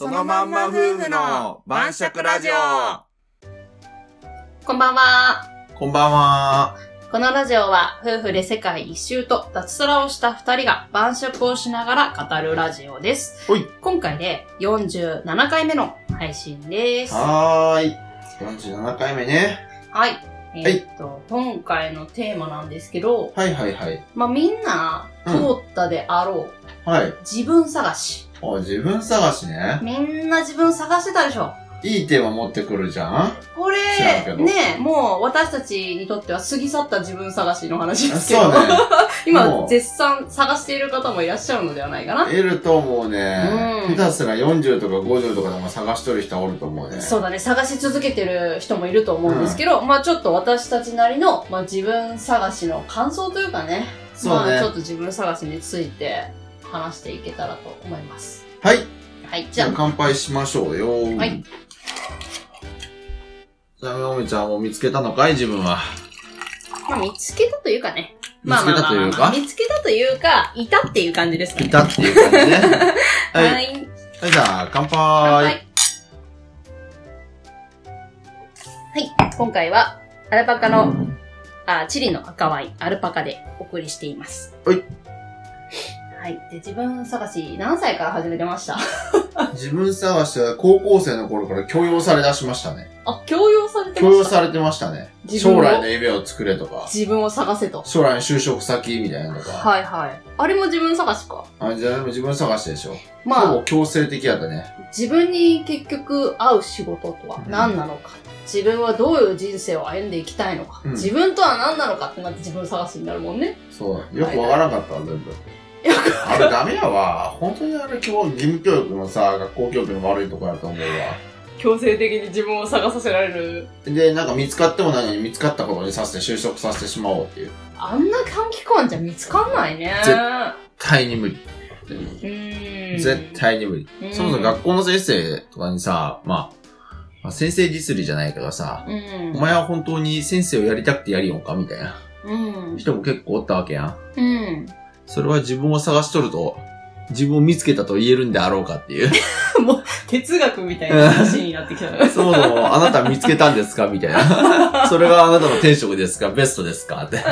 のまんま夫婦の晩酌ラジオこんばんは。こんばんは。このラジオは夫婦で世界一周と脱サラをした二人が晩酌をしながら語るラジオです。ほい今回で47回目の配信です。ははーい。47回目ね。い。えーっと、今回のテーマなんですけど、はいはいはい。まあ、みんな通ったであろう、はい。自分探し。あ、自分探しね。みんな自分探してたでしょ。いいテーマ持ってくるじゃんあこれ知らんけ、どね、もう私たちにとっては過ぎ去った自分探しの話ですけそうど、ね。も 今う絶賛探している方もいらっしゃるのではないかな。得ると思うねう。ん下手すら40とか50とかでも探しとる人おると思うね。そうだね、探し続けてる人もいると思うんですけど、まあちょっと私たちなりの、まあ自分探しの感想というかね、そうねまあちょっと自分探しについて話していけたらと思います。はい。はい、じじゃゃあ乾杯しましょうよ。はい。じゃあ、みおみちゃんも見つけたのかい自分は。あ、まあ見つけたというかね。見つけたというまあまあまあかまあ見つけたというか、いたっていう感じですかね。いたっていう感じね。は はいい。。はい、じゃあ、乾杯。はい。はい。今回は、アルパカの、あ、チリの赤ワイン、アルパカでお送りしています。はい。はい。で、自分探し、何歳から始めてました自分探しては高校生の頃から強要されだしましたね。あ、強要されてま強し要た。されてましたね。自分将を来の夢を作れとか、自分を探せと。将来の就職先みたいなのとか。はいはい。あれも自分探しか。あ、じゃあでも自分探してでしょ。ほまぼ強制的やったね。あ、自分に結局合う仕事とは何なのか。自分はどういう人生を歩んでいきたいのか。うん自分とは何なのかってなって自分探しになるもんね。そう。よくわからんかったわ、全部。あれダメやわ。本当にあれ、基本、義務教育のさ、学校教育の悪いとこやと思うわ。強制的に自分を探させられるで、なんか見つかってもないのに見つかったことにさせて就職させてしまおうっていう。あんな短期間じゃ見つかんないね絶対に無理。うーん絶対に無理。うんそもそも学校の先生とかにさ、まあ、まあ、先生ディスりじゃないけどさ、うんお前は本当に先生をやりたくてやりよんかみたいなうん人も結構おったわけやん。うんそれは自分を探しとると、自分を見つけたと言えるんであろうかっていう。 哲学みたいな話になって きたそもそもあなた見つけたんですかみたい な。それがあなたの天職ですかベストですかって。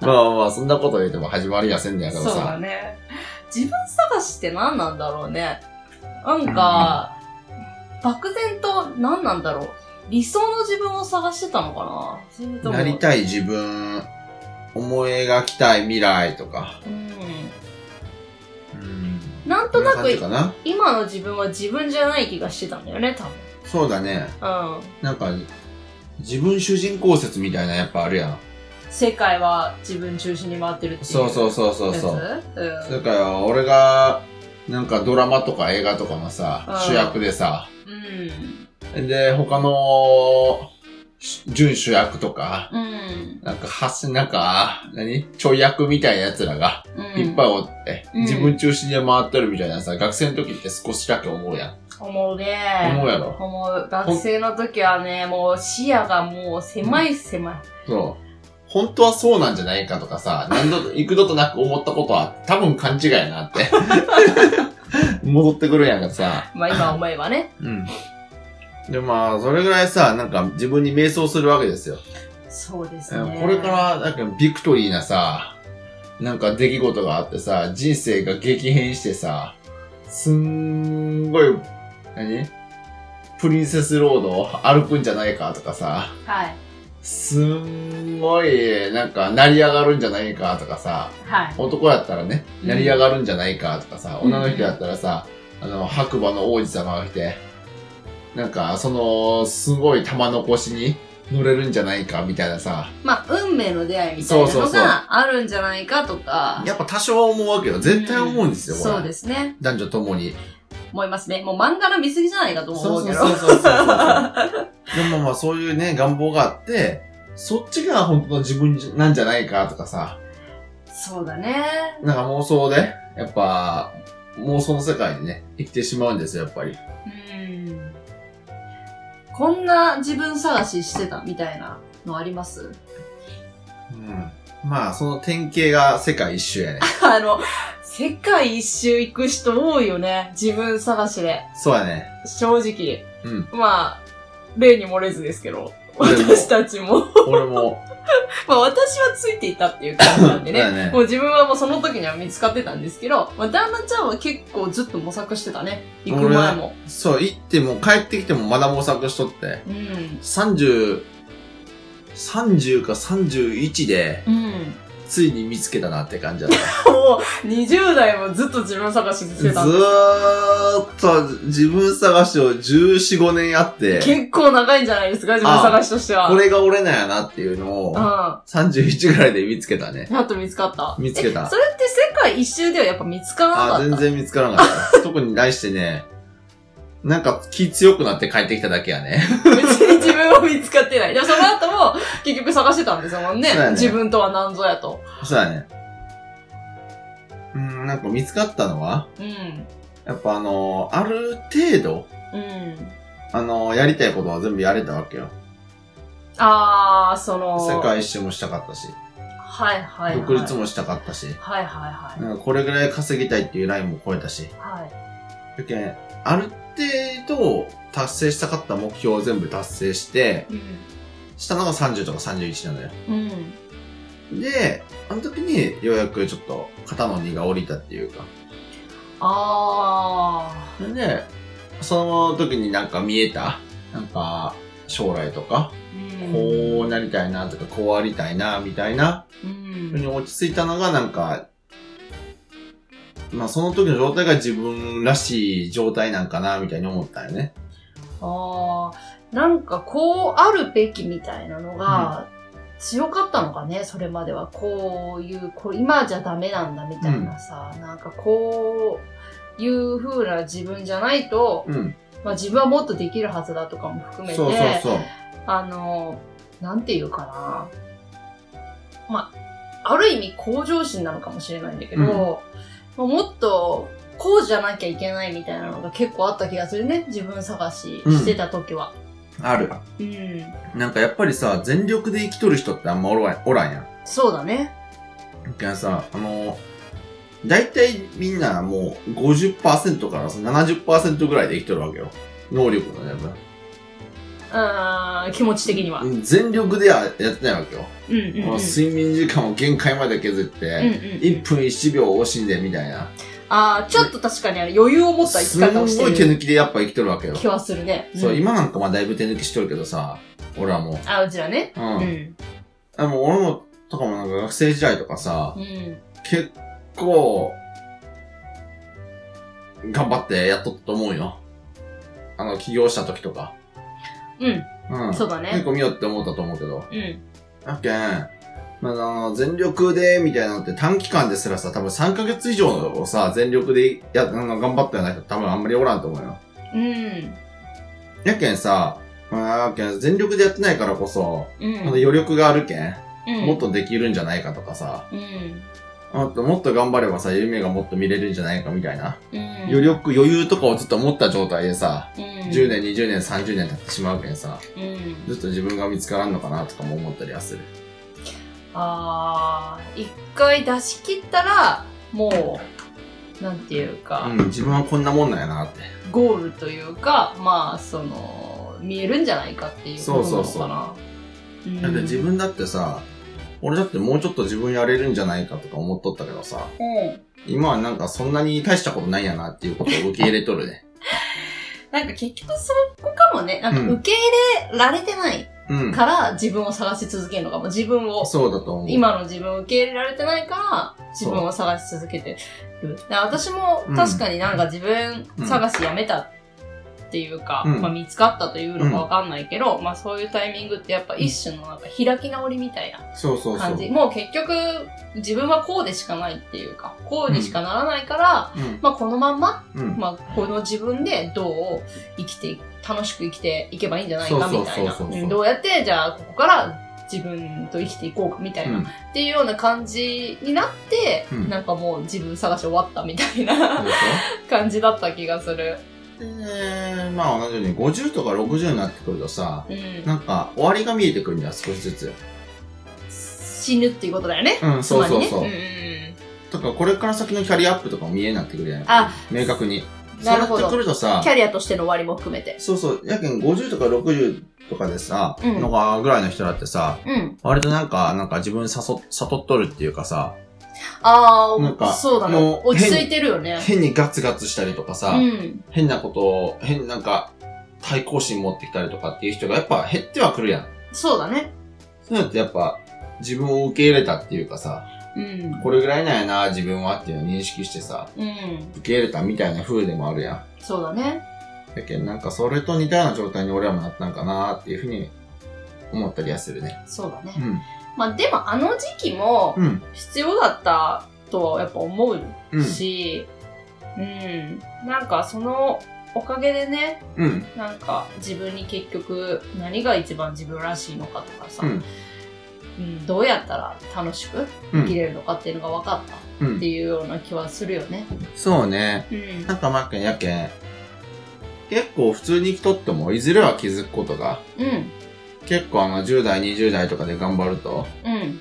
まあまあ、そんなこと言うても始まりやせんねやからそうださ。ね自分探しって何なんだろうねなんか、漠然と何なんだろう理想の自分を探してたのかなそれともなりたい自分、思い描きたい未来とか。うんうん。なんとなこん感くじかな。今の自分は自分じゃない気がしてたんだよね多そうだね。分うんなんか、自分主人公説みたいなやっぱあるやん。世界は自分中心に回ってるっていうそうそううそうそうそう。うだから、俺が、なんかドラマとか映画とかのうさん、主役でさ、んうんで、他の、し準主役とか、うんなんか、はし、なんか、何ちょい役みたいな奴らが、うんいっぱいおって、うん自分中心で回ってるみたいなさ、学生の時って少しだけ思うやん。思う思うねやろ。思う学生の時はねもう視野がもう狭い狭い、そう。本当はそうなんじゃないかとかさ、何度 と、幾度となく思ったことは多分勘違いやなって。 戻ってくるんやんかさ。まあ今思え ばねうん。で、まあ、それぐらいさ、なんか自分に迷走するわけですよ。そうですねこれから、なんかビクトリーなさ、なんか出来事があってさ、人生が激変してさ、すんごい、何プリンセスロードを歩くんじゃないかとかさ。はいすんごい、なんか、成り上がるんじゃないかとかさ、はい男やったらね、うん成り上がるんじゃないかとかさ、うん女の人やったらさ、あの、白馬の王子様が来て、なんか、その、すごい玉の腰に乗れるんじゃないかみたいなさ、まあ運命の出会いみたいそなうそのうそうがあるんじゃないかとかやっぱ多少は思うわけよ。絶対思うんですよ、これそうですね男女ともに。思いますねもう漫画の見過ぎじゃないかとも思うけどそうそうそうそうそう。でもまあそういうね、願望があって、そっちが本当の自分なんじゃないかとかさ、そうだねなんか妄想で、やっぱ、妄想の世界にね、生きてしまうんですよ、やっぱり。うんこんな自分探ししてたみたいなのありますうん。まあ、その典型が世界一周やね。 あの、世界一周行く人多いよね。自分探しで。そうやね。正直。うん。まあ、例に漏れずですけど。俺も私たちも。俺も、まあ私はついていたっていう感じなん でだよね。ねもう自分はもうその時には見つかってたんですけど、まあ旦那ちゃんは結構ずっと模索してたね。行く前も。そう、行っても帰ってきてもまだ模索しとって、うん。 30、30か31で、うん。ついに見つけたなって感じだ った。もう20代もずっと自分探ししずてたんでーっと自分探しを14、5年やって、 結構長いんじゃないですか、自分探しとしては。これが俺なんやなっていうのをうん。、や31ぐらいで見つけたね。っと見つかった。見つけたえそれって世界一周ではやっぱ見つからなかあった。全然見つからなか った。特に対してね、なんか気強くなって帰ってきただけやね。 別に自分は見つかってない。でもその後も結局探してたんですもんね。そうやね自分とは何ぞやと。そうだね。うん、なんか見つかったのは、うん。やっぱあのある程度、うん。あのやりたいことは全部やれたわけよ。あー、その。世界一周もしたかったし、はいはい、はい。独立。もしたかったし、はいはいはい。なんかこれぐらい稼ぎたいっていうラインも超えたし、はい。だけんある程度達成したかった目標を全部達成して、したのが30とか31なんだよ。うん。うん。で、あの時にようやくちょっと肩の荷が下りたっていうか。あで、その時になんか見えた、なんか将来とか、ー。うん。こうなりたいなとか、こうありたいな、みたいな、う。ふうんに落ち着いたのがなんか、まあその時の状態が自分らしい状態なんかな、みたいに思ったよね。あー。なんかこうあるべきみたいなのが、強かったのかね、それまでは。こういう、こう今じゃダメなんだみたいなさ、なんかこういう風な自分じゃないと、うん。まあ自分はもっとできるはずだとかも含めて、そうそうそう。あの、なんていうかな。まあ、ある意味向上心なのかもしれないんだけど、うんまあもっと、こうじゃなきゃいけないみたいなのが結構あった気がするね。自分探ししてた時は。ある。うん。なんかやっぱりさ、全力で生きとる人ってあんまおらんおらんやん。そうだね。いやさ、あの、大体みんなもう50%からさ70%ぐらいで生きとるわけよ。能力のね、うーん、気持ち的には。うん全力ではやってないわけよ。うん、うん。もう睡眠時間を限界まで削っうんうんて、うん1分1秒惜しんでみたいな。ああ、ちょっと確かにあれ余裕を持った生すきん方をしごいて手る抜きでやっぱ生きとるわけよ。気はするね。そう、ん今なんかまあだいぶ手抜きしとるけどさ、俺はもう。あ、うちらね。うん。うん。でも俺も、とかもなんか学生時代とかさ、うん。結構、頑張ってやっとったと思うよ。あの、起業した時とか。うん。うん。そうだね結構見ようって思ったと思うけど。うん。だっけん、まあ、あの、全力で、みたいなのって短期間ですらさ、多分3ヶ月以上をさ、全力でや、あの頑張ったような人多分あんまりおらんと思うよ。うん。やっけんさ、まあ、やっけん、全力でやってないからこそ、うん。まだ余力があるけん、うんもっとできるんじゃないかとかさ、うん。もっともっと頑張ればさ、夢がもっと見れるんじゃないかみたいな。うん。余力、余裕とかをずっと持った状態でさ、10 10年、20年、30年経ってしまうけんさ、うん、ずっと自分が見つからんのかなとかも思ったりはする。ああ一回出し切ったらもうなんていうか、うん、自分はこんなもんなんやなって。ゴールというかまあその見えるんじゃないかっていうそうそうことなのかなうんだって自分だってさ、俺だってもうちょっと自分やれるんじゃないかとか思っとったけどさ、うん今はなんかそんなに大したことないやなっていうことを受け入れとるね。なんか結局そこかもねなんかうん受け入れられてないうん。から自分を探し続けるのかも自分をそうだと思う。今の自分を受け入れられてないから、自分を探し続けてる。だから私も確かになんか自分探しやめたっていうか、うんまあ見つかったというのかわかんないけど、まあそういうタイミングってやっぱ一種のなんか開き直りみたいなそうそうそう。感じ。もう結局自分はこうでしかないっていうか、こうにしかならないから、うん。まあこのまんま、うん。まあこの自分でどう生きて、楽しく生きていけばいいんじゃないかみたいそな。うそうそうそうそううんどうやってじゃあここから自分と生きていこうかみたいな。うんっていうような感じになって、うんなんかもう自分探し終わったみたいな感じだった気がすでしょる。でまあ同じように50とか60になってくるとさ、うん。なんか終わりが見えてくるんだよ、少しずつ。死ぬっていうことだよね。うん、つそまうりそうね。そう。んとか、これから先のキャリアアップとかも見えになってくるやん。あ、明確に。なるほそうなどってくるとさキ、ャリアとしての終わりも含めて。そうそう、やけん50とか60とかでさ、うんのがぐらいの人だってさ、うん。割となんか、なんか自分悟悟っとるっていうかさ、あなんあ、かそうだねも。う落ち着いてるよね。変にガツガツしたりとかうさ、ん。変なことを、変なんか、対抗心持ってきたりとかっていう人がやっぱ減ってはくるやん。そうだね。そういうのってやっぱ、自分を受け入れたっていうかさ、うん。これぐらいなんやな、自分はっていうのを認識してさ、うん。受け入れたみたいな風でもあるやん。そうだね。だけどなんかそれと似たような状態に俺らもなったんかなっていうふうに思ったりはするね。そうだね。うん。まあでもあの時期もうん。必要だったとはやっぱ思ううん。し、うん、なんかそのおかげでね、うん。なんか自分に結局何が一番自分らしいのかとかさ、ううんん。どうやったら楽しくう生きん。れるのかっていうのが分かったっうんて。いうような気はするよね。そうね。うんな。んかまっくんやけん、結構普通に生きとっても、いずれは気づくことが、うん。結構あの10代、20代とかで頑張ると、うん。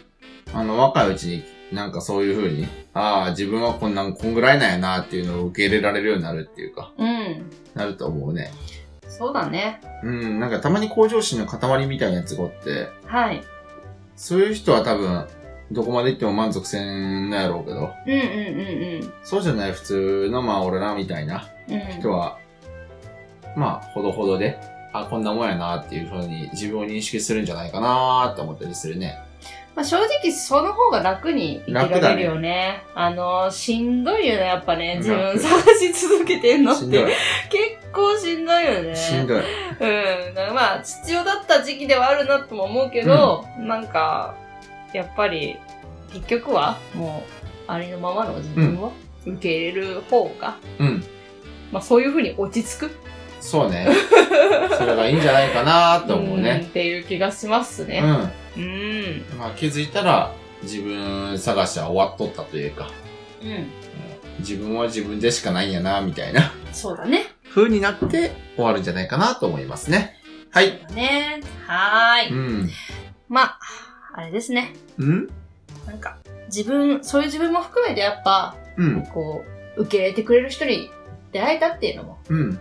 あの若いうちになんかそういう風に、ああ、自分はこんなん、こんぐらいなんやなっていうのを受け入れられるようになるっていうか、うん。なると思うね。そうだね。うん、なんかたまに向上心の塊みたいなやつがおって、はい。そういう人は多分、どこまで行っても満足せんのやろうけど、うんうんうんそうじゃない普通の、まあ俺らみたいなうん。うん。人は、まあ、ほどほどで、あ、こんなもんやなっていうふうに自分を認識するんじゃないかなって思ったりするね。まあ、正直その方が楽に生きられるよね。あの、しんどいよね、やっぱね。自分楽探し続けてんのっしんどて。い。結構しんどいよね。しんどい。うん。だからまあ、必要だった時期ではあるなとも思うけど、なんか、やっぱり、結局は、もう、ありのままの自分を受け入れる方が、うん。まあそういうふうに落ち着く。そうね。それがいいんじゃないかなと思ううんね。っていう気がしますうね。ん。うん。まあ気づいたら、自分探しは終わっとったというか、うん。自分は自分でしかないんやなみたいなそうだね。風になって終わるんじゃないかなと思いますね。はい。ね。はーい。うん。まあ、あれですね。うんなんか、自分、そういう自分も含めてやっぱ、うん。こう、受け入れてくれる人に出会えたっていうのもうん。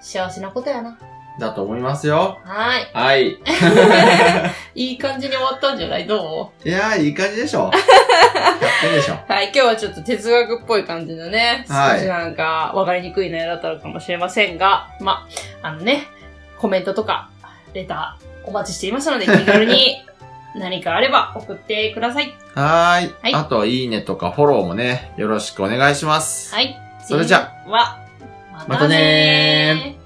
幸せなことやな。だと思いますよ。はーはい。い。いい感じに終わったんじゃないどいやー、いい感じで しょ。やってるでしょ。うはい、今日はちょっと哲学っぽい感じのね、はい少しなんか分かりにくい内容だったのかもしれませんが、まあ、あのね、コメントとか、レター、お待ちしていますので、気軽 に何かあれば送ってください。はーい。はいあと、いいねとかフォローもね、よろしくお願いします。はい。それじゃあ。は、またねーまたねー